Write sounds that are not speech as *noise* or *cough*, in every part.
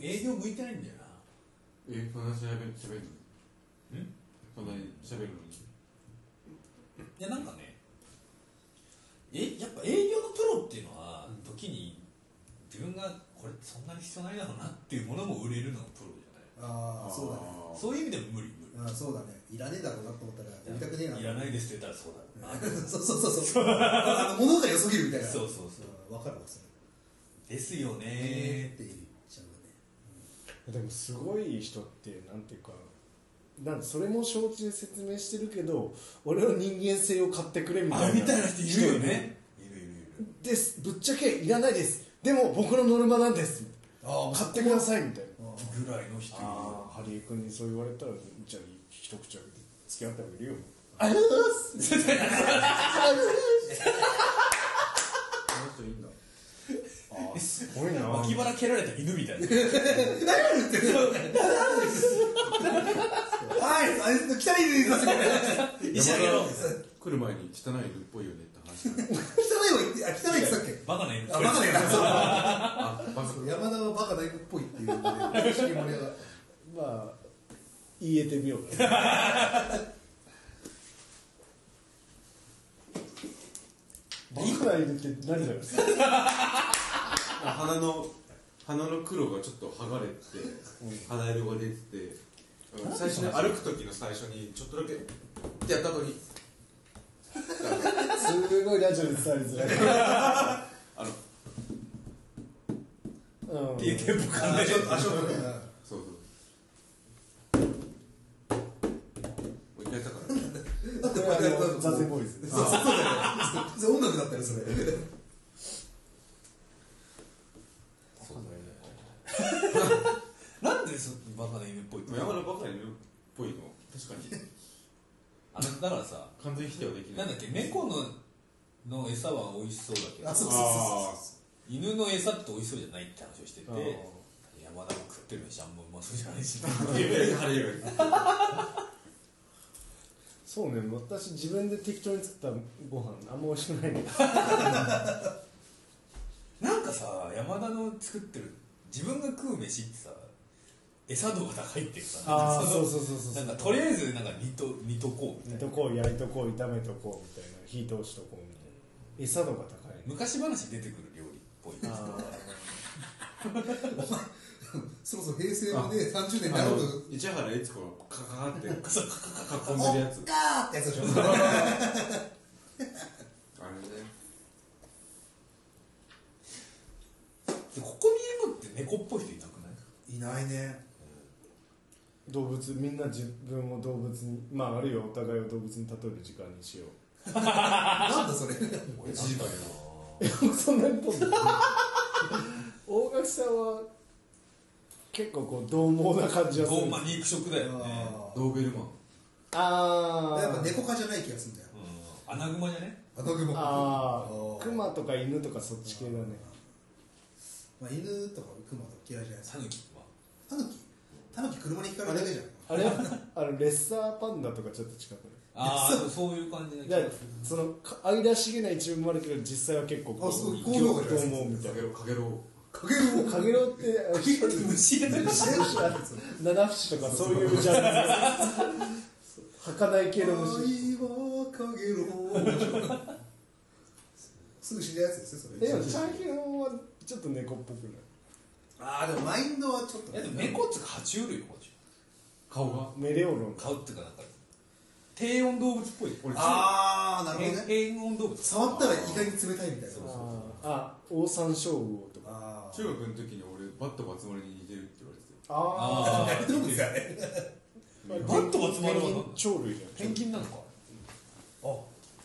営業向いてないんだよなえこんなしゃべしゃべるのんこんなにしゃべるのにいやなんかねえやっぱ営業のプロっていうのは時に自分がこれそんなに必要ないだろうなっていうものも売れるのがプロじゃないああそうだねうそういう意味でも無理無理ああそうだねいらねえだろうなと思ったら売りたくねえないらないですって言ったらそうだろうなそうそうそうそうあの物が良すぎるみたいなそうそうそう分かるわそれですよえねーって言っちゃうねでもすごい人ってなんていうかなんそれも承知で説明してるけど俺の人間性を買ってくれみたいあなみたいな人いるよねいるいるいるですぶっちゃけいらないですでも僕のノルマなんですあ買ってくださいみたいなぐらいの人いるよああハリー君にそう言われたらじゃあ一口開けて付き合ったわけいるよありがとうございますあの人いいんだああすごいな脇腹蹴られた犬みた *laughs* いなはいあいつの汚いでいいです *laughs* 石あげろ来る前に汚い犬っぽいよねって話になる汚いは言ってあ汚いって言ったっけバカな犬あバカだよそうあバスそう山田はバカ大学っぽいっていうので一緒に盛り上がったまあ言えてみようかなバカな犬って何だよあ鼻の鼻の黒がちょっと剥がれて鼻色が出てて最初に歩く時の最初にちょっとだけってやった後にすごいラジオで伝わりづらいあのうん言って僕はね足音足音ねうそんうそうもう一回やったからだってこれあのザそうゼボーイズそうそうだよそれ音楽だったよそれそうだよねなんでそバカな犬っぽいって山田ばかりのっぽいの確かにあのだからさ完全否定はできなないんだっけ猫のの餌は美味しそうだけどあそうそうあ犬の餌って美味しそうじゃないって話をしててあ山田も食ってるのにあんまうまそうじゃないしーいやいやあれよそうね私自分で適当に作ったご飯あんま美味しくないねなんかさ山田の作ってる自分が食う飯ってさ餌度が高いっていうかあなんかーのそうそうそうそうそうなんかとりあえずなんか煮と煮とこうみ煮たといなこう焼いとこう炒めとこうみたいな火通しとこうみたいな餌度が高い昔話に出てくる料理っぽいですあそろそろ平成のね30年にあなるのと市原悦子がカカカって囲んでるやおっつかーってやつでしょあれねでここにいるのって猫っぽい人いなくないいないねー動物みんな自分を動物にまああるいはお互いを動物に例える時間にしよなんだそれ俺なんだろうなうそんなに飛んでる大垣さんは結構こう獰猛な感じはする傲慢肉食だよねドーベルマンああやっぱ猫科じゃない気がするんだようんアナグマじゃねあの雲あーあクマとか犬とかそっち系だねまあ犬とか熊とか嫌いじゃないですサかヌキはタヌキタヌキ車にひかれるだけじゃんあれはあのレッサーパンダとかちょっと近くないああそういう感じだけだどからそのか愛らしげな一面もあるけど実際は結構あすごい獰高評価じゃないですか獰猛みたかいげろうかげろうかけるなかげろうってあの *laughs* 虫だね七節とかそういう *laughs* ジャンル儚い系の虫はかげろうすぐ死ぬやつですよそえれでもチャンヒロはちょっと猫っぽくなああでもマインドはちょっいやでとも猫っつうか爬虫類の方じ顔がいメレオロンゃん顔っていうかなんか低温動物っぽい俺ああなるほどね低温動物触ったら意外に冷たいみたいなあーあオサンショウウオとかあ中学の時に俺バットバツ盛りに似てるって言われててあああやめてるんですよねあバットが詰まるわペンギン鳥類じゃんーペンギンなのかあ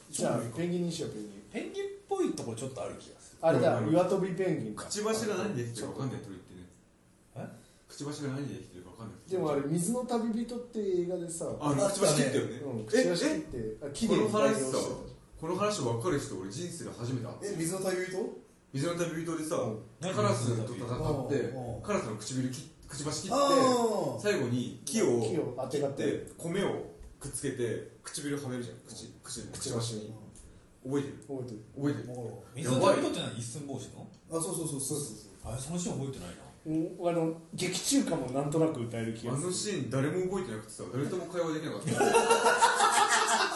じゃあペンギンにしようペンギンペンギンっぽいとこちょっとある気がするあれだ岩飛びペンギンだくちばしが何できてるか分かんない鳥ってねえくちばしが何でできてるか分かんないでもあれ水の旅人って映画でさあのくちばし切ったよねうん、口えがしっえてあ綺こ麗のに対応話してさこたの話分かる人俺人生で初めて会ったえ水の旅人水の旅人でさうんカラスと戦ってうんうんカラスの唇切っくちばし切ってあ最後に木木をを当てがっ切ってて米をくっつけて唇はめるじゃん口口くちばしに覚えてる覚えてる覚えてるあ水の旅人ってのは一寸法師のあそうそうそうそうそうあれそのシーン覚えてないなうんあの劇中歌もなんとなく歌える気あがすのるシーン誰も覚えてなくてさ誰とも会話できなかった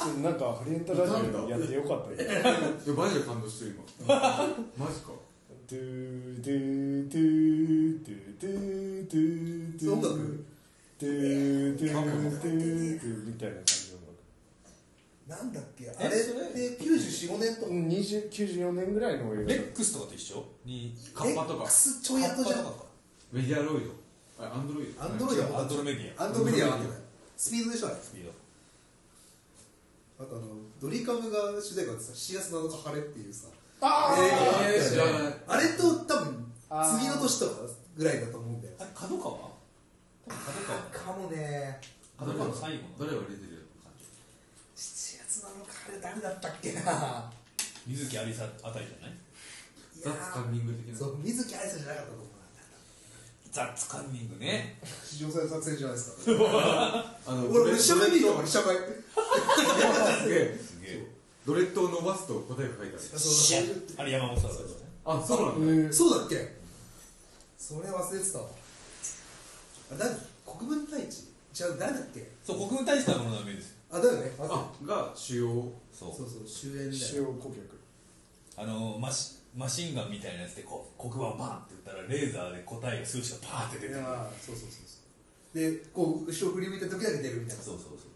そうなんかハリエンタラジオやってよかったねいやマジで感動してる今マジかドゥドゥドゥドゥドゥドゥドゥ音楽ドゥドゥドゥドゥドゥみたいな感じの音楽なんだっけえあれって94年とうん20 94年ぐらいの映画レだックスとかと一緒にカッパとか X ちょい後じゃカッんパとかメディアロイドあアンドロイドアンドロイドアンドロメディアアンドロメディアはあんのねスピードでしょあれスピードあとあのドリカムが主題歌でさ「7月7日晴れ」っていうさあ映画があったえよーね知らないあれと多分あー次の年とかぐらいだと思うんだよあれ角川角川かもね角川の最後の誰が出てる7月7日晴れ誰だったっけな水木有沙あたりじゃないいザ・やツカンニング的ーなそう水木愛さんじゃなかったと思うなザッツカンニングね史上最作戦じゃないですかあの *laughs* 俺俺飛車前でいいよ俺飛車前すげえすげえドレッドを伸ばすと答えが書いてあるシャッあれ山本さんあそうなんだ、ーそうだっけそれ忘れてたわあ誰国分太一じゃあ誰だっけそう国分大使なもののイメージですあだよね忘れあが主要そうそうそう終演だ主よ要顧客あのマシマシンガンみたいなやつでこう黒板バンって打ったらレーザーで答えが数しかパーって出ていくやるーそうそうそうそうでこう後ろ振り向いた時だけ出るみたいなそうそうそうそう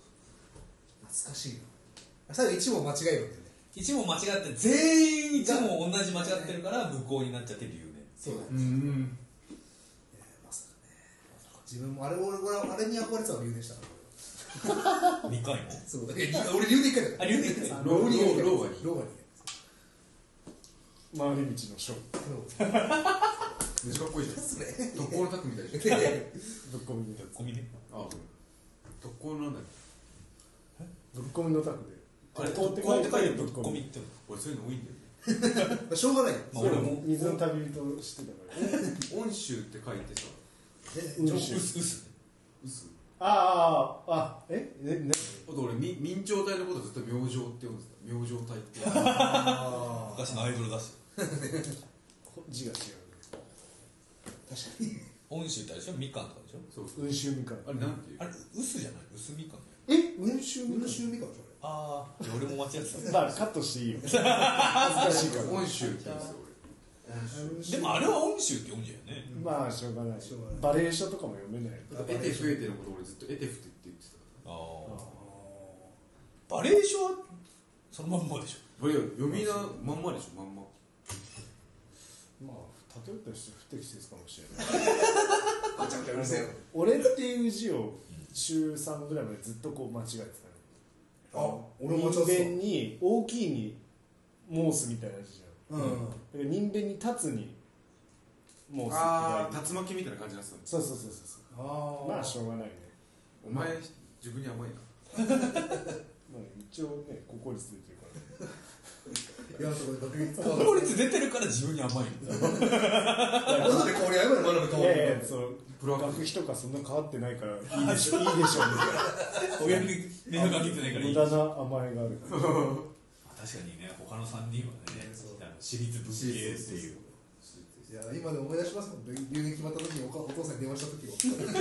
懐かしいな最後一問間違えるんだよね一問間違って全員一問同じ間違ってるから無効になっちゃって留年そうだねうんまさかね自分もあれ俺俺あれに憧れてたの留年したから2回もそうだね俺留年一回だかあら留年会浪人が一回ローガニローガニ回り道のショーそうめっちゃかっこいい *laughs* じゃんそれ特攻の拓みたいじゃんでぶっこみのタクコミねあ特攻なんだっけぶっこみのタクであれこうやってこうやって書いてぶぶっっこみこみって俺そういうの多いんだよね *laughs* まあしょうがないよまあ俺も水の旅人してたから恩州って書いてさでうん上う手すうす嘘あああえねねあと俺み明朝体のことずっと明星って呼んでた明星体ってあ昔のアイドルだし字が違恩州ってあれでしょみかんとかでしょそうそうう温州みかんあれなんていうあれうすじゃない薄みかんだよえ温州温み州みかんでしょああ俺も間違ってかんまあカットしていいよ恥ずかしいから恩州って言うんですたでよ俺もあれは恩州って読んじゃうよねまあしょうがないしょうがないバレエ書とかも読めない俺エテフエテのこと俺ずっとエテフって言ってたああバレエ賞はそのまんまでしょこれ読みなまんまでしょまんままあ例えとして不適切かもしれない *laughs* あちゃんちゃんうるせえよ俺っていう字を中3ぐらいまでずっとこう間違えてたねあ俺もちょ人っと弁に大きいにモースみたいな字じゃんうんうんだから人弁に立つにモースってあ書いてあ竜巻みたいな感じになってたのそうそうそうそうあそーうまあしょうがないね、お前自分に甘いなまあ、一応ねここについてるからいやだから独立カード法律出てるから自分に甘いんだ真鍋香織やめろ真鍋香織 *laughs* いやいや、そのプロア学ク費とかそんな変わってないからいいで *laughs* しょ、いいでしょ親に迷惑かけてないからいみいたい確な。無駄な甘えがある。かにね他の3人はねそうあの私立文系っていういや今でも思い出しますもん留留年決まった時におかお父さんに電話した時をな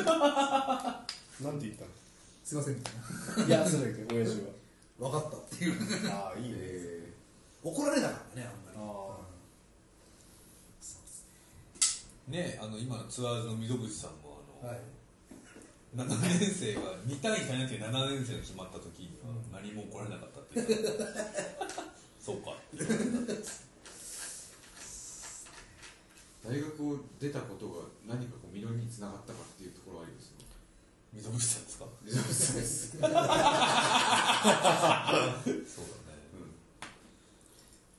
んて言った *laughs* すいませんみたいの？いや、そうだけど、親父な分かったっていう *laughs* は。ああ、いいね。え怒られなかったねあんまりあねあ、あの今のツアーズの溝口さんもあの、はい7年生が2対1になって7年生が決まった時には何も起こられなかったっていう、そうかー大学を出たことが何かこう実りにつながったかっていうところはありますよ溝口さんですかねそうですそうだね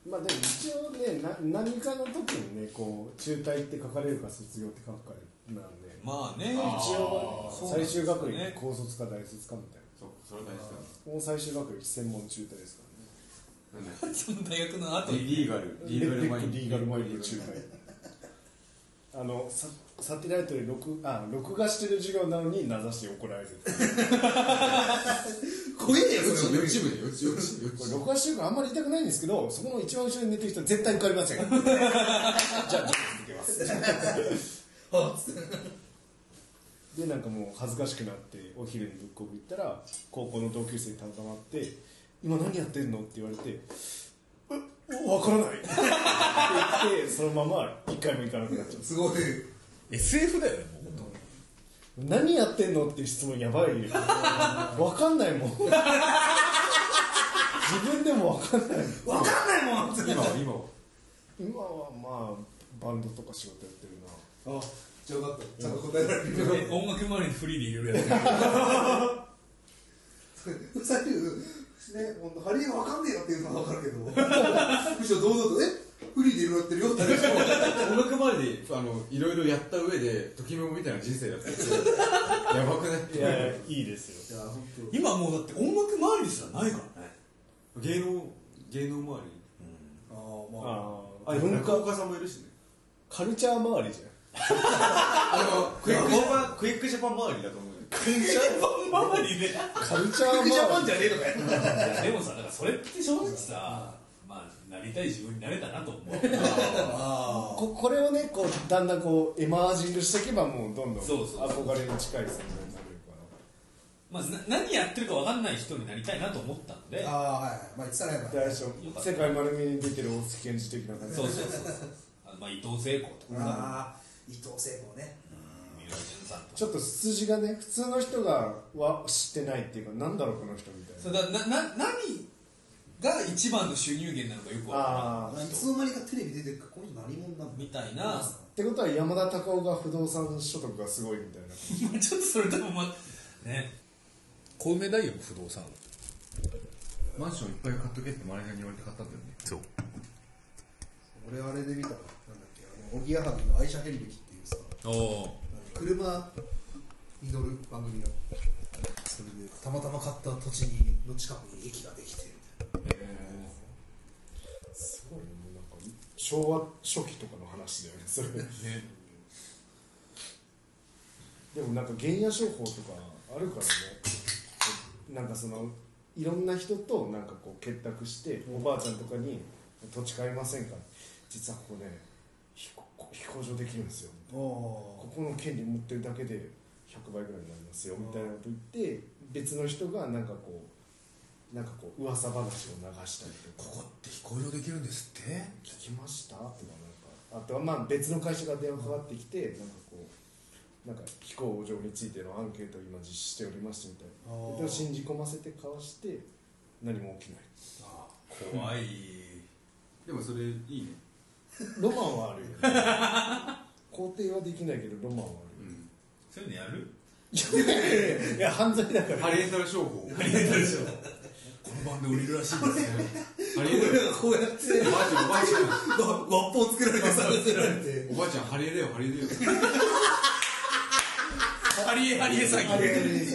まあでも一応ね、な何かの時にね、こう中退って書かれるか卒業って書かれるなんで、まあね一あ応そうなん最ですよ終ね学歴高卒か大卒かみたいな。そうそれは大事この最終学歴専門中退ですかだなんだっその大学の後けリにーガルらね。リーガルレマイッンクリーガルマインの中退。あのササテライトで録あ録画してる授業なのに名指して怒られるっていう怖えよ予それは知 *laughs* 予知部だよ予知予知予こ知れ録画してるからあんまり言いたくないんですけどそこの一番後ろに寝てる人は絶対に受かりませんじゃあ続けますあっつってでなんかもう恥ずかしくなってお昼にブックオフ行ったら高校の同級生にたまたま会って「今何やってんの?」って言われて「えわからない」って言ってそのまま一回も行かなくなっちゃうすごい SF だよねもう本何やってんのっていう質問やばいよわかんないもん自分でもわかんないわかんないもんっつって今は今は今はまあバンドとか仕事やってるなあじゃあよかったちゃんと答えられる当に *laughs* え音楽周りにフリーでいろいろやってる最後ね、ほんとハリーがわかんねえよっていうのはわかるけ *laughs* どむしろ堂々とねフリーでいろいろやってるよって話音も楽周りであのいろいろやった上でときめもみたいな人生だったやばくないいやいいですよいや本当今もうだって音楽周りですらないからね芸能芸能周りああまああああでも文落化語家さんもいるしねカルチャー周りじゃんあのクイックジャパンクイックジャパン周りだと思うよ周りでカルチャークイックジャパン周じゃねえのかよいやでもさだからそれって正直さまあなりたい自分になれたなと思うあここれをねこうだんだんこうエマージングしていけばもうどんどんそうそうそう憧れに近い存在になるかまあな何やってるか分かんない人になりたいなと思ったのであああはいまあ言ってたらやばいら大丈よか夫った世界丸見えに出てる大月健二的な感じそうそうそうそうあのまあ伊藤聖子とかさああ伊藤聖子ね三浦淳さんとかちょっと筋がね普通の人がは知ってないっていうかなんだろうこの人みたいそなうだなな何が一番の収入源なのかよく分かああいつの間にかテレビ出てるからこの人何者なのらんみたいなってことは山田隆夫が不動産所得がすごいみたいなまあちょっとそれ多分まあね小梅太夫不動産マンションいっぱい買っとけってマネージャーに言われて買ったんだよねそう俺あれで見たなんだっけあのおぎやはぎの愛車遍歴っていうさおお車に乗る番組のそれでたまたま買った土地にの近くに駅ができてすごいねもうなんか昭和初期とかの話だよねそれねでもなんか原野商法とかあるからねなんかそのいろんな人となんかこう結託しておばあちゃんとかに「土地買いませんか?」実はここね飛行飛行場できるんですよおおここの権利持ってるだけで100倍ぐらいになりますよみたいなこと言って別の人がなんかこうなんかこう噂話を流したりとかここって飛行場できるんですって「聞きました?」とかなんかあとはまあ別の会社から電話かかってきてなんかこうなんか飛行場についてのアンケートを今実施しておりましてみたいあーなで信じ込ませてかわして何も起きない怖いでもそれいいねロマンはあるよ、ね、肯定はできないけどロマンはあうそういうのやるるよいや犯罪だからんハリエンタル商法ありえたでしょこの番で降りるらしいですよハリエンタルがこうやっておばあちゃんおばあちゃわわっぽをつけられて探せられてんおばあちゃんハリエだよハリエだよハリエハリエ詐あれ欺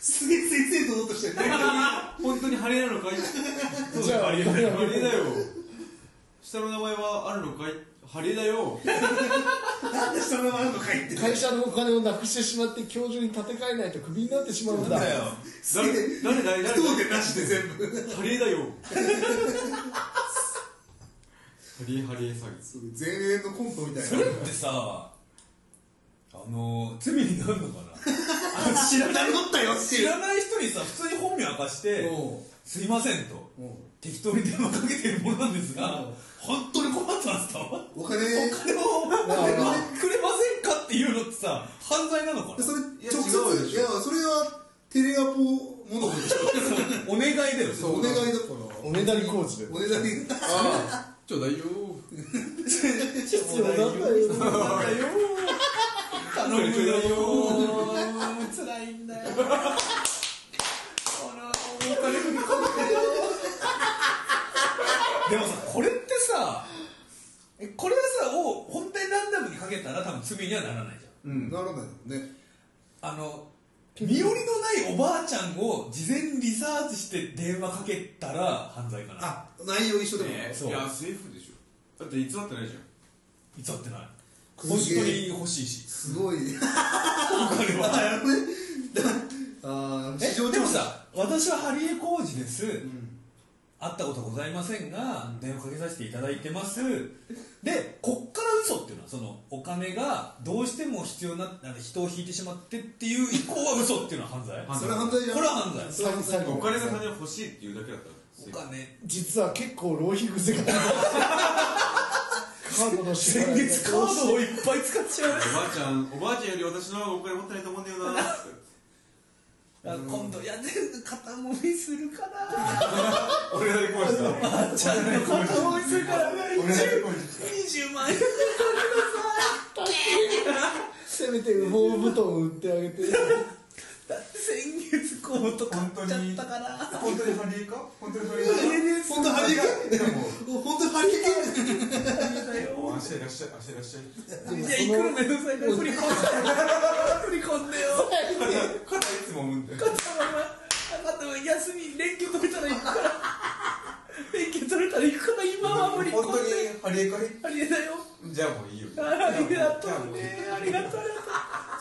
すげえついついと思った人いない本当にハリエなのかいじゃあありえないハリエだよ下の名前はあるのかいハリエだよなんでそのままあるのかいって会社のお金をなくしてしまって今日中に建て替えないとクビになってしまうんだだよ誰誰誰一誰言なしで全部ハリエだよハリエハリエ詐欺すごい前衛のコントみたいそなれってさあの罪になるのかなあの知らない名乗ったよって知いうらない人にさ普通に本名明かしておう「すいません」とおう適当に電話かけてるものなんですがうん本当に困ったんですかおお金金をくれませんかっていうのってさ犯罪なのかなそれいや直違うで接しょいやそれはテレアポ物語でしょお願いだよおう願いだから *laughs* おねだりコーチでおねだりああちょうだいよ必要だったよだよ頼むよ *laughs* 辛いんだよほらお金振り込んでよでもさこれってさえこれはさを本当にランダムにかけたら多分罪にはならないじうんならないよ *laughs* ねゃんあの身寄りのないおばあちゃんを事前にリサーチして電話かけたら犯罪かなあ内容一緒でもねそういやセーフでしょだって偽ってないじゃん偽ってない本すげえ当に欲しいしす *laughs* ごいお *laughs* 金はあのねあーえ市場で調も査さ私はハリエ工事です、ん会ったことございませんが電話かけさせていただいてますでこっから嘘っていうのはそのお金がどうしても必要ななんか人を引いてしまってっていう以降は嘘っていうのは犯罪犯罪それは犯罪じゃんこれは犯罪それは犯罪最後お金が金欲しいっていうだけだったらお金実は結構浪費癖がカードの支払い先が月カードをいっぱい使っちゃうおばあちゃんおばあちゃんより私の方がお金持ってないと思うんだよなってあ今度やね肩もみするかな *laughs* 俺が離婚したあちゃんの肩もみするから俺だけ20 20万円せめて羽毛布団を売ってあげてだって先月コート買っちゃったから本当にハリーか本当にハリー本当にハリケーン本当にハリケーン明日いらっしゃい明日いらっしゃいでもじゃあいそくらのめんどくさいから振り込んで振り込んでよ肩いつも産んで肩は肩は休み連休取れたら行くから連休取れたら行くから今は振り込ん本当にでハリーかありえだよじゃあもういいよありがとうねありがとうね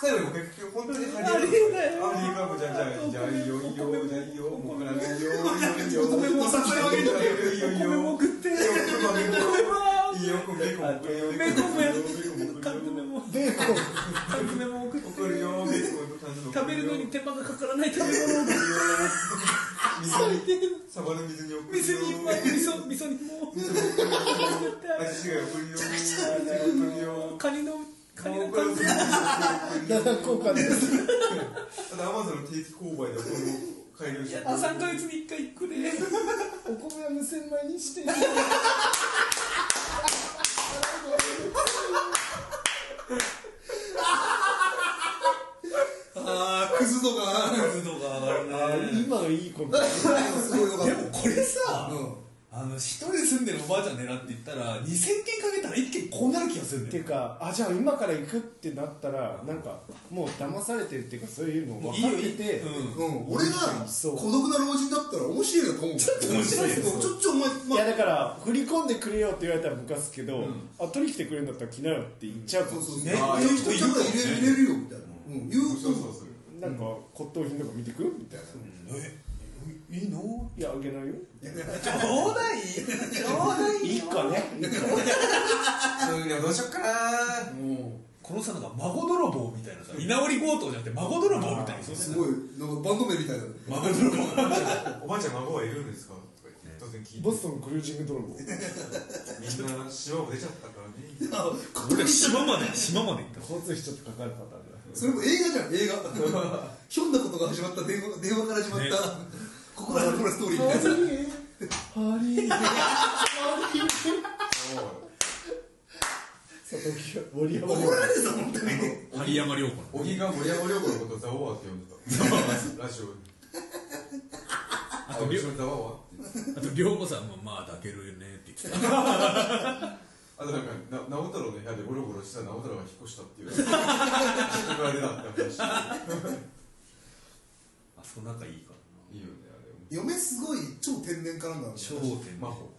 最後にも結局本当にハリーありえだよあいいかもじゃあじゃあじゃあいいよいいよじゃあいいよもうからないよいいよいいよお米も支え上げていいよいいよ米も食って米はいいよ米もあ送るよ米もやっ米も缶送る詰よもベーコン缶詰も送っ送るてよ米も缶詰も送食べるのに手間がかからない食べ物を水にサバの水に送るよ水にいっぱい味噌味噌にもう味が送るよ味が送るよカニのカニのもうこれ缶送る詰よ7交換ですただアマゾンの定期購買でこれも改良してあ3ヶ月に1回くれお米は無洗米にしてああクズ度が角度が上がる今のいいことすごいよかっでたもこれさ、うんあの一人で住んでるおばあちゃん狙って言ったら2000件かけたら1件こうなる気がするんっだていようかあじゃあ今から行くってなったらなんかもう騙されてるっていうかそういうの分かっててうんうん、俺が孤独な老人だったら面白いよと思うちょっと面白いよちょちょお前、いまやだから振り込んでくれよって言われたらむかすけど、あ取り来てくれるんだったら来なよって言っちゃうあ、かそうもそうしそうねああいう人いるから入れ入れるよみたいなうん言うそうそうそうれない、なんか骨董品とか見てくみたいな、えいいのいやあげないよちょうだいちょうだいいいかねいいかうんでもどうしよっかなうんこのさなんか孫泥棒みたいなさ居直り強盗じゃなくて孫泥棒みたいにすごいなんかバンド名みたいな孫泥棒おばあちゃん孫はいるんですかとか言って突然聞いてボストンクルージング泥棒みんな島も出ちゃったからね俺島まで島まで行った交通費ちょっとかかるパターンだそれも映画じゃん映画 *laughs* ひょんなことが始まった電話電話から始まった、ここらからこらストーリーみたいなハリーお佐藤清森山怒られてた本当に針山良子い小木が森山良子のことをザワワって呼んでたラジオにあとりょ後ろザワワって言ってあと良子さんもまあ抱けるよねって言ってたあとなんかな直太朗の部屋でゴロゴロしてた直太朗が引っ越したっていう引っ越かれだって話あそこ仲いいからいいよねあれ嫁すごい超天然からなんだよ超天然魔法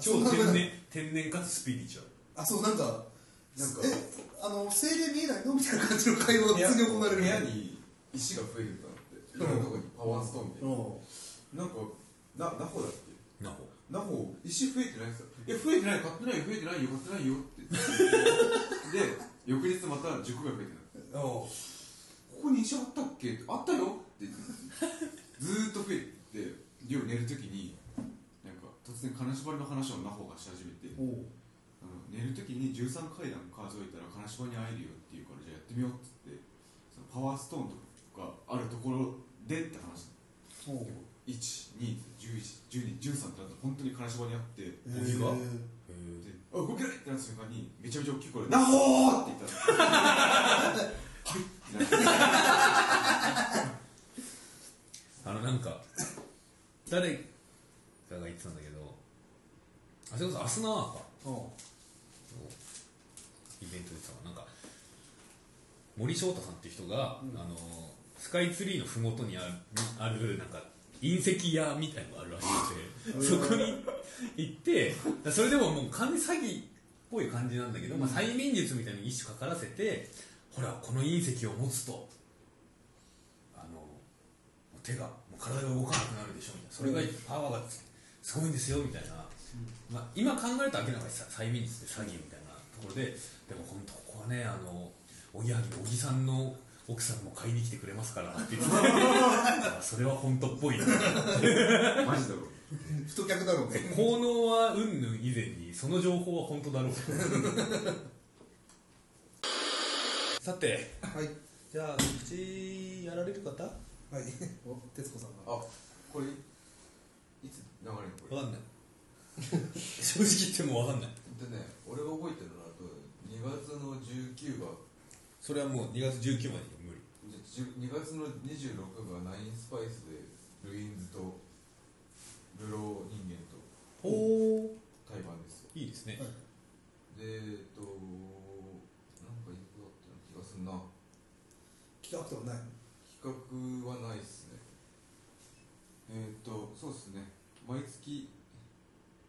超天然天然かつスピリチュアルあそうなんかなんかえあの精霊見えないの *laughs* みたいな感じの会話が普通に行われる部屋に石が増えるんだっていろんなとこにパワーストーンでうんなんかなナホだっけ *laughs* なほナホ石増えてないですよいや増えてない買ってないよ増えてないよ買ってないよって *laughs* 言ってで翌日また塾が増えてないうんここに石あったっけあったよって言ってずーっと増えてて夜寝るときになんか突然金縛りの話をナホがし始めておうあの寝るときに13階段数えたら金縛りに会えるよっていうからじゃあやってみようって言ってそのパワーストーンとかあるところでって話おう12111213ってなったら本当に金縛りにあってえ小木がーで「あ動けない!」ってなった瞬間にめちゃめちゃ大きい声で「ナホー!」って言ったのはいってなってあのなんか誰かが言ってたんだけどあそれこそアスナアーカうんイベントでさなんか森翔太さんっていう人が、あのスカイツリーのふもとにあるあるなんか隕石屋みたいのがあるらしくてそこに行ってだそれでももう完全に詐欺っぽい感じなんだけど、まあ、催眠術みたいな一種かからせてほらこの隕石を持つとあの手がもう体が動かなくなるでしょみたいなそれがパワーがつすごいんですよみたいな、まあ、今考えると明らかにさ催眠術で詐欺みたいなこれででも本当ここはねあのおぎやはぎ小木さんの奥さんも買いに来てくれますからって言ってあそれは本当っぽいなマジだろ太客だろうね効能はうんぬん以前にその情報は本当だろうさてはいじゃあ口やられる方わ *laughs* はいお徹子さんがあこれいつ流れるのこれかんない *laughs* 正直言ってもわかんないでね俺が覚えてるのはあと2月の19がそれはもう2月19までには無理じゃあ10 2月の26がナインスパイスでルインズとルロー人間とほう対バンですよいいですね、でえっとなんかいいことあったような気がすんな企画とかない企画はないっすねえーっとそうっすね毎月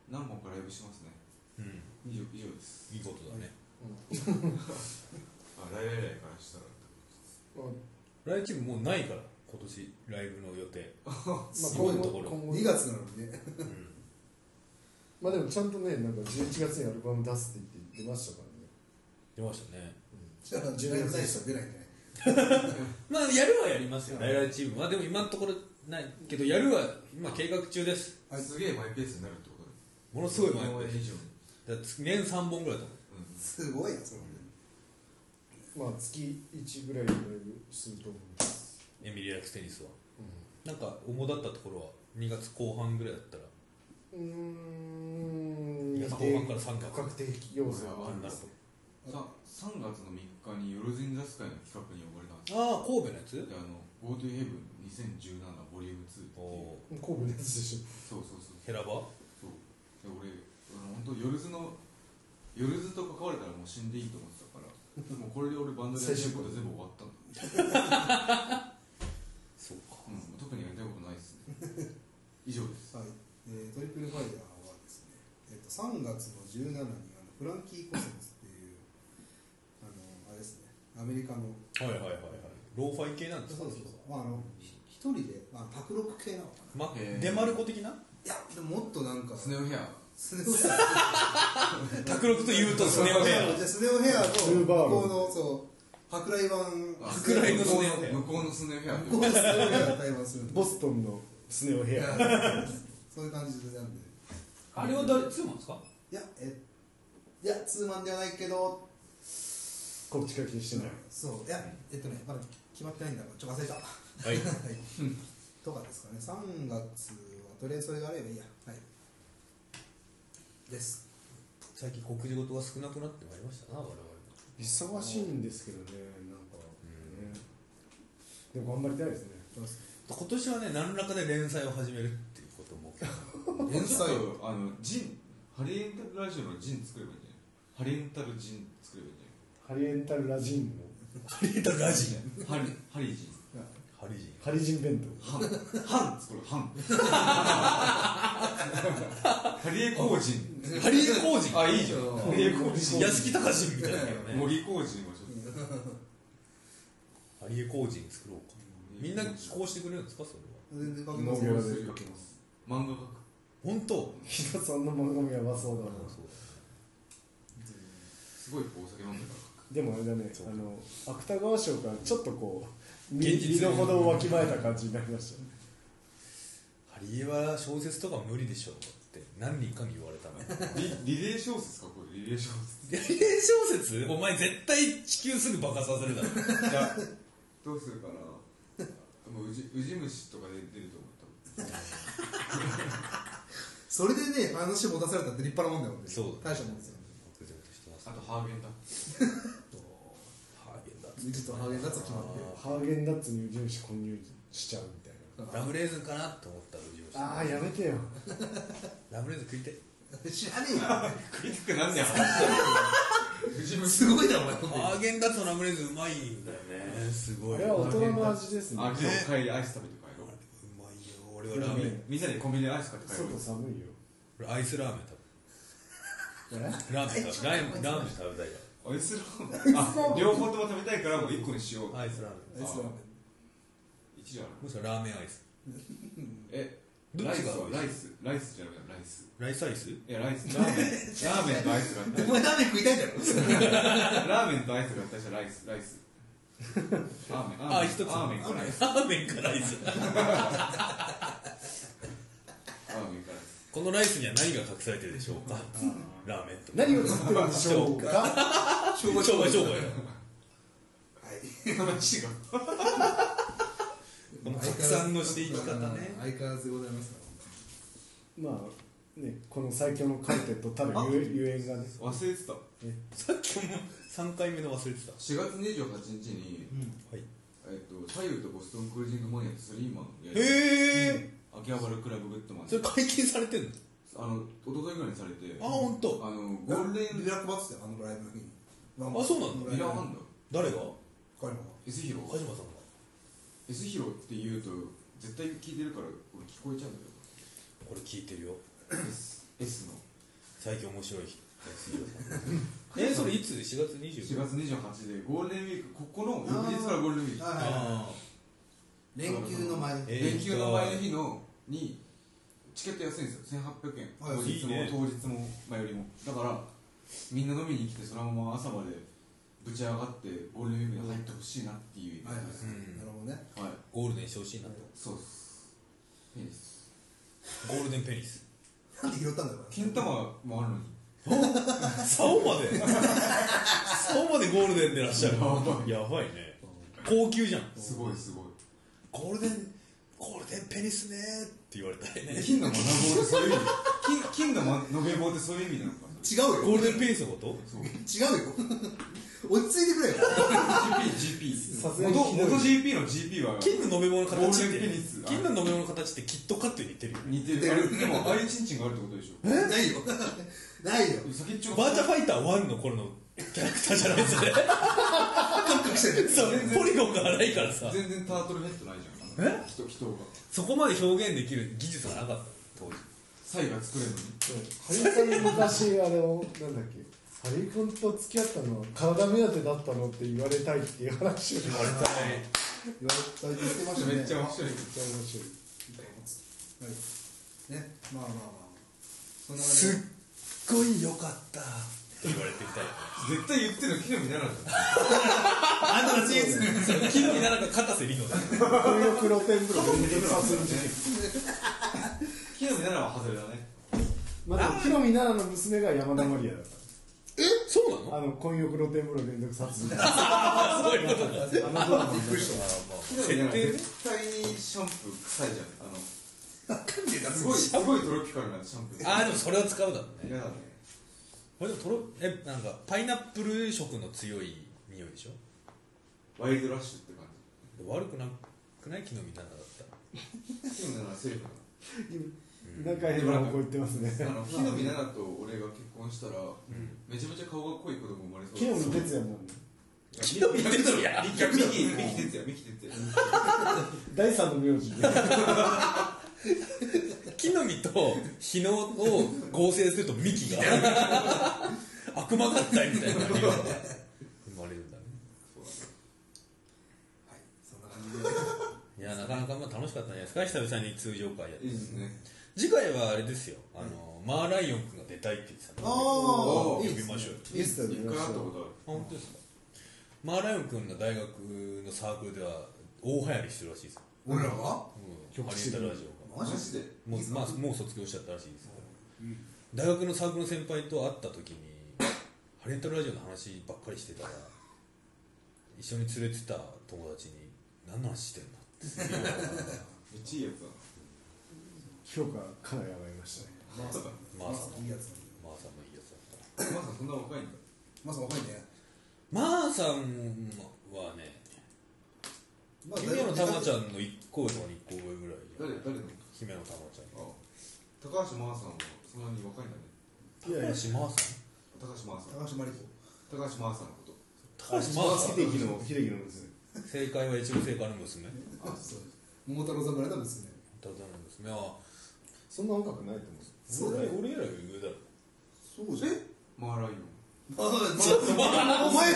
何本かライブしますねうん以上以上ですいいことだねあライライライからしたらライチームもうないから今年ライブの予 *laughs* 定まあ、すごい今と後ころ今後2月なのにねうんまあでもちゃんとねなんか11月にアルバム出すって言って出ましたからね出ましたね *laughs* じゃあ12月にしか出ないんじゃないまあやるはやりますよライライチームはでも今のところないけどやるは今計画中ですあすげえマイペースになるってことものすごい前今まで以上に、だから年3本ぐらいだと思ううん、すごいよそれまあ月1ぐらいのライブすると思います、エミリア・ラクステニスはうんなんか主だったところは2月後半ぐらいだったらうーんいや後半から三角確定要素はあるんですねさ3月の3日によろずんジャス会の企画に呼ばれたんですよああ神戸のやつであの「GoToHeaven2017 ボリューム2」っておいうお神戸のやつでしそうそうそうヘラバそうで俺あの本当ヨルズのヨルズと関われたらもう死んでいいと思ってたから *laughs* もうこれで俺バンドでやってること全部終わったんだ、そうかうん、特にやりたいことないっすね以上ですはいえートリプルファイヤーはですね、えっと3月の17にあのフランキー・コセンスっていうあのあれですねアメリカはのいはいはいはいローファイ系なんですかそうそうそう、まあ、あのひ一人で、まあ、卓録系なのかなまへーデマルコ的ないやでももっとなんか *laughs* スネオヘアスネ夫ヘア卓六と言うとスネオヘアじゃあスネ夫ヘアとスーバー向こうのそう舶来版あ舶来のスネオヘア向こうのスネオヘアって向こうのスネ夫ヘアを対話するょボストンのスネオヘアそういう感じでなんであれは誰ツーマンですかいやえいやツーマンではないけどこっちから気にしてないそういやえっとねまだ決まってないんだからちょっと忘れたはいはい、とかですかね、3月はとりあえずそれがあればいいや、はい、です。最近国事事が少なくなってまいりましたな我々も忙しいんですけどねなんか、ねでも頑張りたいですねどうです *laughs* 今年はね何らかで連載を始めるっていうことも連載をあのジンハリエンタルラジオのジン作ればいいんじゃないハリエンタルジン作ればいいんじハリエンタルラジンのハリータラジンゃないハリハリジンハリジンハリジン弁ハンハン作ろうハンハリエ工人ハリー工人あいいじゃんハリエ工人安木隆人みたいなけどね森工人はちょっとハリー工人作ろうかみんな寄稿してくれるんですかそれは全然当書け農ます業よ。で描けます漫画本当日田さんの漫画もやばそうだなすごいこうお酒飲んででもあれだねあの芥川賞からちょっとこう見現実見どほどをわきまえた感じになりましたねハリーは小説とか無理でしょうって何人かに言われたのからリリレー小説かこれリレー小説リレー小説お前絶対地球すぐ爆発させるだろどうするかなもうウジウジ虫とかで出ると思ったそれでね、話を持たされたって立派なもんだよね。そうだ大したもんですよ。漠然としてますあとハーゲンダッツハーゲンダッツ次とハーゲンダッツは決まってハーゲンダッツに無印混入しちゃうみたいラムレーズンかなと思ったら無事をしてなああやめてよラムレーズン食いてる。知らねえよ。食いつくなんねやウジ虫すごいな、お前。ハーゲンダッツのラムレーズンうまいんだよねすごあいれは大人の味ですねあ今日帰りアイス食べて帰ろううまいよ俺はラーメンみみんなでコンビニでアイス買って帰ろう外寒いよ俺アイスラーメン食べるラーメン食べラーメンラーメン食べたいかアイスラーメンあ両方とも食べたいからもう1個にしようらアイスラーメンアイスラーメン一じゃんもしくはラーメンアイスえどっライちスがはライスライスじゃなくてライスライスアイスいやライスラーメンラーメンとアイスがお前ラーメン食いたいんだろラーメンとアイスが大したライスライスラーメンあラーメン一つラーメンとライスラーメンかライスラーメンとライスこのライスには何が隠されてるでしょうかラーメンと何を作ってるんでしょうか商売商売商売よ話がこの拡散のしていき方ね相変わらずでございますからまあねこの最強のカルテットたるゆえゆえんがね忘れてたさっきも3回目の忘れてた4月28日に、はいえっと、左右とボストンクルージングマニアとスリーマンをやりへえ秋葉原クラブグッドマンそれ解禁されてんのあの一昨日ぐらいにされてあ本当あのゴールデンリラックマってたよあのライブの日にあそうなんだミラーハンド誰が彼も S ヒロ鹿島さんが S ヒロって言うと絶対聞いてるから俺聞こえちゃうんだこれ聞いてるよけど S, S の最近面白い人えそれいつ4月4 25日月28日でゴールデンウィークここの翌日からゴールデンウィークはいはいあ連休の前え連休の前の日のにチケット安いんですよ1800円はい当日もいいね当日も前よりもだからみんな飲みに来てそのまま朝までぶち上がってゴールデンウィークに入ってほしいなっていう意味ではいはいすうんなるほどねはいーゴールデンしてほしいなとそうっすいいですゴールデンペニ *laughs* スなんで拾ったんだろう金玉もあるのに竿まで竿までゴールデンでらっしゃるやばやばいね高級じゃんすごいすごいゴールデンゴールデンペニスねーって言われたいね金の学ぼうってそういう意味 *laughs* 金金のま延べ棒ってそういう意味なのか違うよゴールデンペニスのことそう違うよ落ち着いてくれよ GPGP さすがにひどい元 GP の GP は金の延べ物の形っゴールデてンペニス金の延べ物の形ってキットカットに似てるよね似てるあれでもああいうチンチンがあるってことでしょないよないよ先っちょバーチャファイター1の頃のキャラクターじゃないですね感覚してるそうポリゴンが荒いからさ全然タートルヘッドないじゃんえ人人がそこまで表現できる技術がなかった当時サイが作れるのにうんハリウさん昔あれをなんだっけハリ君と付き合ったのは体目当てだったのって言われたいっていう話を言われたね言われた言ってましたねめっちゃ面白いめっちゃ面白いはいねまあまあまあそんなすっ感ごい良かったって言われてみたいよね絶対言ってるの木の実奈々じゃんあんたたちそう金にならなかった片瀬里乃だよ風力露天風呂連続殺人事件木の実奈々は外れだねまだヒロミ奈良の娘が山田マリアだっえそうなたあの混浴露天風呂連続殺人事件あそういうことだじあのドラマびっくりした木の実奈々絶対にシャンプー臭いじゃんあのすごいすごいトロピカルなシャンプーあーでもそれは使うだろうね嫌だねこれでもトロえなんかパイナップル色の強い匂いでしょワイルドラッシュって感悪くなくない木の実奈々だったらじ木の実奈々はセリフだな中変な方向行ってますねあの木の実奈々と俺が結婚したら、めちゃめちゃ顔が濃い子供生まれそう木の実だ哲也になるの木の実哲也いやミキミキ哲也ミキ哲也第三の名字で木の実と日野を合成すると幹 *laughs* が悪魔合体みたいな匂いが生まれるんだねそんな感じでいやなかなかまあ楽しかったんじゃないですか久々に通常会やっいていですね次回はあれですよあの、マーライオン君が出たいって言ってたんであー呼いいびですねましょうよインスタ一で見回ま会っしたたことあるあ本当ですかマーライオン君の大学のサークルでは大流行りしてるらしいですよ、俺らはうん、ハリウッドラジオがマジマジでもう,、まあ、もう卒業しちゃったらしいですよ大学のサークルの先輩と会った時にハリウッドラジオの話ばっかりしてたら一緒に連れてた友達に「何の話してんの?」ってすげえ言われたからめっちゃいいやつだ評価かなり上がりましたねマーサマーサいいやつなんだよマーさんもいいやつだったまさそんな若いんだマーサ若いねマーさんはねまあ姫野たまちゃんんの1個上とか2個上ぐらいじゃん誰誰の姫野たまちゃんあ高橋真麻さんはそんなに若いんだね高橋マーさん高橋真麻さん高橋真理子高橋真麻さんのこと高橋マーさん秀樹の秀樹の娘正解は一部正解の娘あそう桃太郎侍の娘ただの娘はそんな若くないと思うそうだよ俺らより上だろそうじゃんマーライオンあお前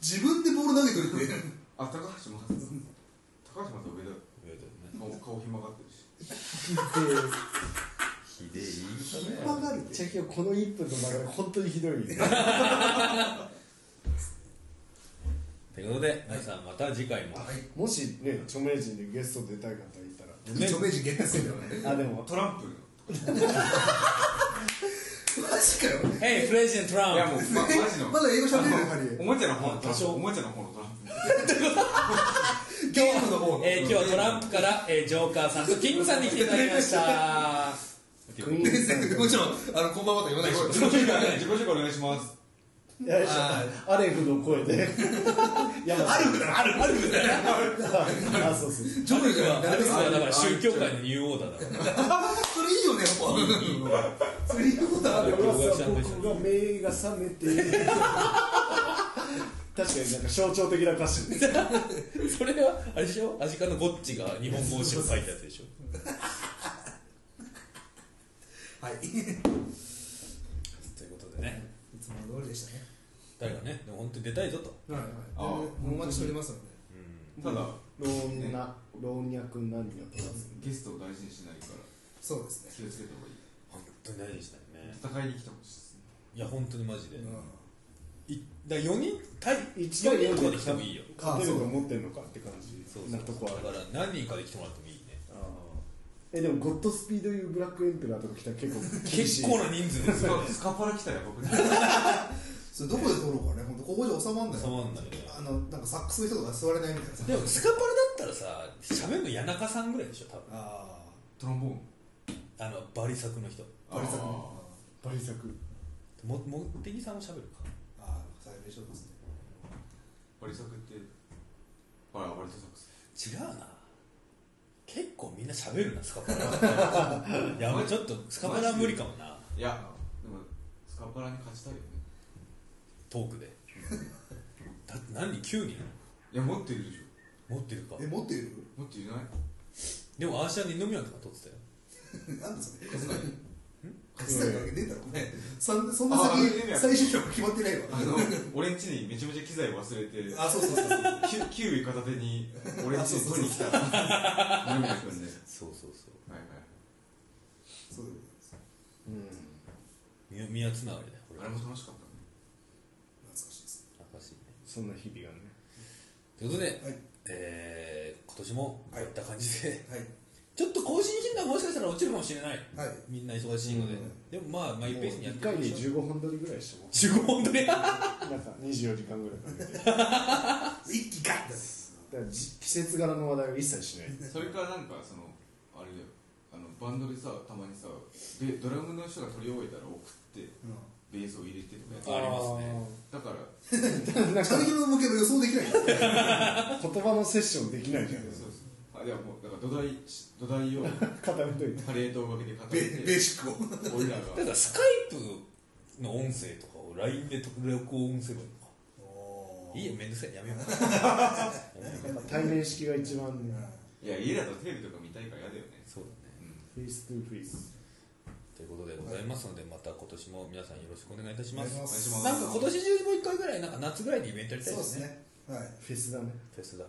自分でボール投げとるってあ高橋真麻さん高橋真麻さん上だよ上言われてもね顔顔ひん曲がってるしひでえ言い引っ方張だよがるってじゃあ今日この1分の流れ本当にひどいね *laughs* ということで皆さんまた次回も、もしね著名人でゲスト出たい方いたらね著名人限定するよねあでもトランプマジかよ Hey President いやも Trump う、ま、マジのまだ英語喋れるハリーおもちゃの方のト多ランプ少おもちゃの方のトランプゲームの方のえー、今日はトランプから、えー、ジョーカーさんとキングさんに来ていただきましたクイーンさんもちろんあのこんばんはとは言わないでしょ自己紹介自己紹介お願いしますよいしょアレフの声 *laughs* で山さんルフだあるあるフだあそうそうジョブ僕はがアレックスはだからあれ宗教界のニューオーダーだからそれいいよねやっぱそれいいことだ俺はさ僕が目が覚めて *laughs* 確かになんか象徴的な歌 *laughs* 詞ですそれはあれでしょアジカのゴッチが日本語を書いたやつでしょはいいということでねつもの通りでしたね誰かねでも本当に出たいぞとはいはいあお待ちしておりますのでただ老若老若男女とかゲストを大事にしないからそうですね気をつけた方がいい本当に大事にしたいね戦いに来てほしいですねいや本当にマジで、うんいだ4人対一四対人と四かでで来てもいいよ勝てると思ってんのかって感じそうなそうとこはあだるから何人かで来てもらってもいいねあーえでもゴッドスピードいうブラックエンペラーとか来たら結構厳しい結構な人数ですスよカスカパラ来たら僕にそれどこで撮ろうかね本当ここじゃ収まんない収まんないねあのなんかサックスの人とか座れないみたいなさでもスカパラだったらさ喋るの谷中さんぐらいでしょ多分あトロンボーあンのバリ作の人あバリ作ねバリ作もモッテギさんも喋るかああ最初ですねバリサクってバラバリとサックス違うな結構みんな喋るなスカ *laughs* パラいやもうちょっとスカパラは無理かもないやでもスカパラに勝ちたいよねトークでだって何人9人いや持ってるでしょ持ってるかえ持っている *laughs* 持っていないでもアーシャン二宮とか撮ってたよなんだそれ勝てない勝ちたいわけねえだろねそんそんなああれ先ね最終章決まってないわあの俺ん家にめちゃめちゃ機材忘れてあそうそうそうそうキウキウイ片手に俺ん家に取りに *laughs* 来た二宮君ねそうそうそうはいはいそうでございますうん宮宮つながりだよ俺あれも楽しかったね懐かしいですおかしいねそんな日々がねということで、はいえー今年もこういった感じで、はいちょっと更新頻度はもしかしたら落ちるかもしれない、はいみんな忙しいので、でもまあマイペースにやっ1て回みまにしょう15本撮りぐらいしても15本撮りなんか24時間ぐらいかけてだか一気ガッてらじ季節柄の話題を一切しないそれからなんかそのあれだよあのバンドでさたまにさでドラムの人が取り終えたら送ってうんベースを入れてとかやってありますねだからなんか北陸の向けも予 *laughs* 想できないです言葉のセッションできないじゃんそうそうあでももうだから土台し土 *laughs* 台を固めといてパレードをかけて固ベめベーてシックを俺らがだからスカイプの音声とかを LINE で録音すればいいのかいいよめんどくさいやめよう対面式が一番ねいや家だとテレビとか見たいから嫌だよねそうだねうんフェイストゥフェイスということでございますので、また今年も皆さんよろしくお願いいたしおま願いすしまお願いなしますすんか今年中にもう一回ぐらいなんか夏ぐらいにイベントやりたいそうでですすねねはいフェスだねフェスだ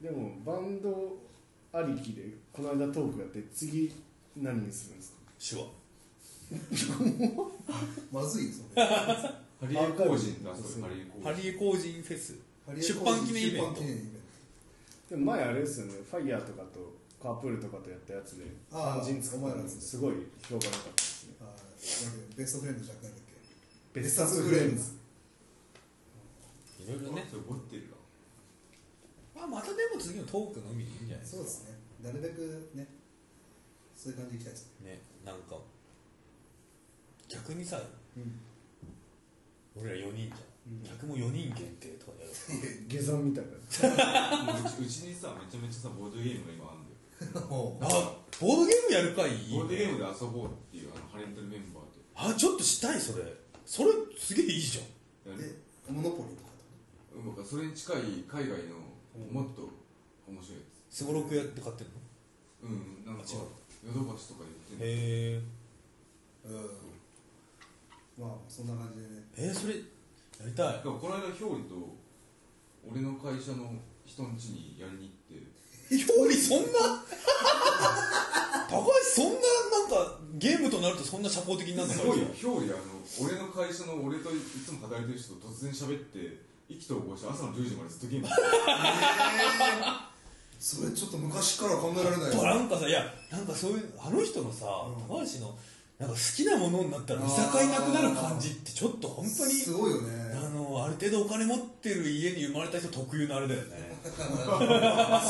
でもバンドありきでこの間トークやって次何にするんですか手話まずいよそれハリエ工人だそれハリエハ工リエ工人フェスハリ *laughs* エ出版記念イベント出版記念イベンでも前あれですよねファイヤーとかとカープールとかとやったやつであー肝心使ったお前らののやつすごい評判良かったですねトあーなんだっけベストフレンドじゃなくなんだっけベベスストトアアズズフフレレンンズズいろいろねそれ持ってるなまあまたでも次のトークのみでいいんじゃないですそかうですねなるべくねそういう感じでいきたいですねねなんか逆にさ、俺ら4人じゃん、逆も4人限定とかやる下山みたいなもううちうちにさめちゃめちゃさボードゲームが今あるんだよあボードゲームやるかいいねボードゲームで遊ぼうっていうあのハレントルメンバーであちょっとしたいそれそれすげえいいじゃんやるでモノポリーとかうんなんかそれに近い海外のもっと面白いやつすごろくやって買ってんのうんなんかあ違うヨドバシとか言ってんのへとかうんまあそんな感じでねえー、それやりたいだからこの間ひょうりと俺の会社の人ん家にやりに行って興味そんな高橋そんななんかゲームとなるとそんな社交的になるのすごいよひょうりあの俺の会社の俺といつも働いてる人と突然喋って意気投合して朝の10時までずっとゲームしてるそれちょっと昔から考えられないやっぱなんかさいやなんかそういうあの人のさ、高橋のなんか好きなものになったら見境なくなる感じってちょっと本当にすごいよねあのある程度お金持ってる家に生まれた人特有のあれだよね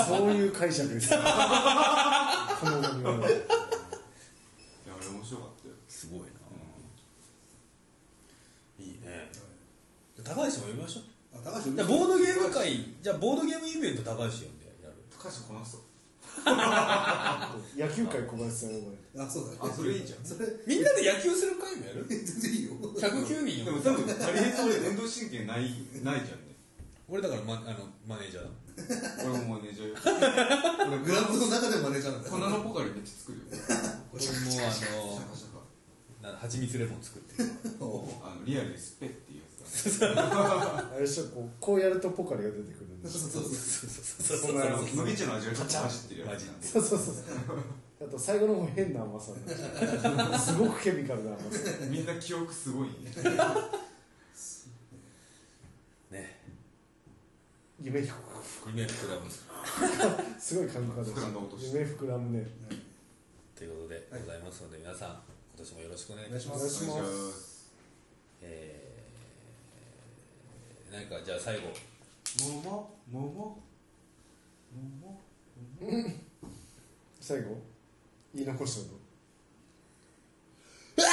そういう解釈ですこの後にはいやあれ面白かったよすごいな、いいね高橋も呼びましょうあ高橋じゃあボードゲーム会じゃあボードゲームイベント高橋呼んでやる高橋こなすと野球界小林さん呼ばれてあそうだねあそれいいじゃんそれみんなで野球する会もやる全然いいよ109人で呼もぶ多分大変そうで運動神経ないないじゃ *laughs* んね俺だからマあのマネージャーだ俺もマネージャーよ俺グラウンドの中でマネージャーなんだ粉のポカリめっちゃ作るよシャ俺もカシャカあのな蜂蜜レモン作ってるあのリアルにスペっていうやつだね *laughs* あれでしょこうこうやるとポカリが出てくるんでそうすそうそうそうそうそうあの麦茶の味がちょっと走ってるやつなんでそうそうそうあと最後の方変な甘さになっちゃうすごくケミカルな甘さみんな記憶すごいねね夢に夢膨らむすごい感覚膨らんだ音して夢膨らむねということでございますので、皆さん今年もよろしくお願いいお願たいししますまお願いすお願いしましすますえー、何かじゃあ最後桃桃桃最後言い残したの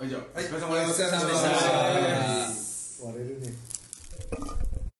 はいじゃあお疲れ様お疲れ様でした割れるね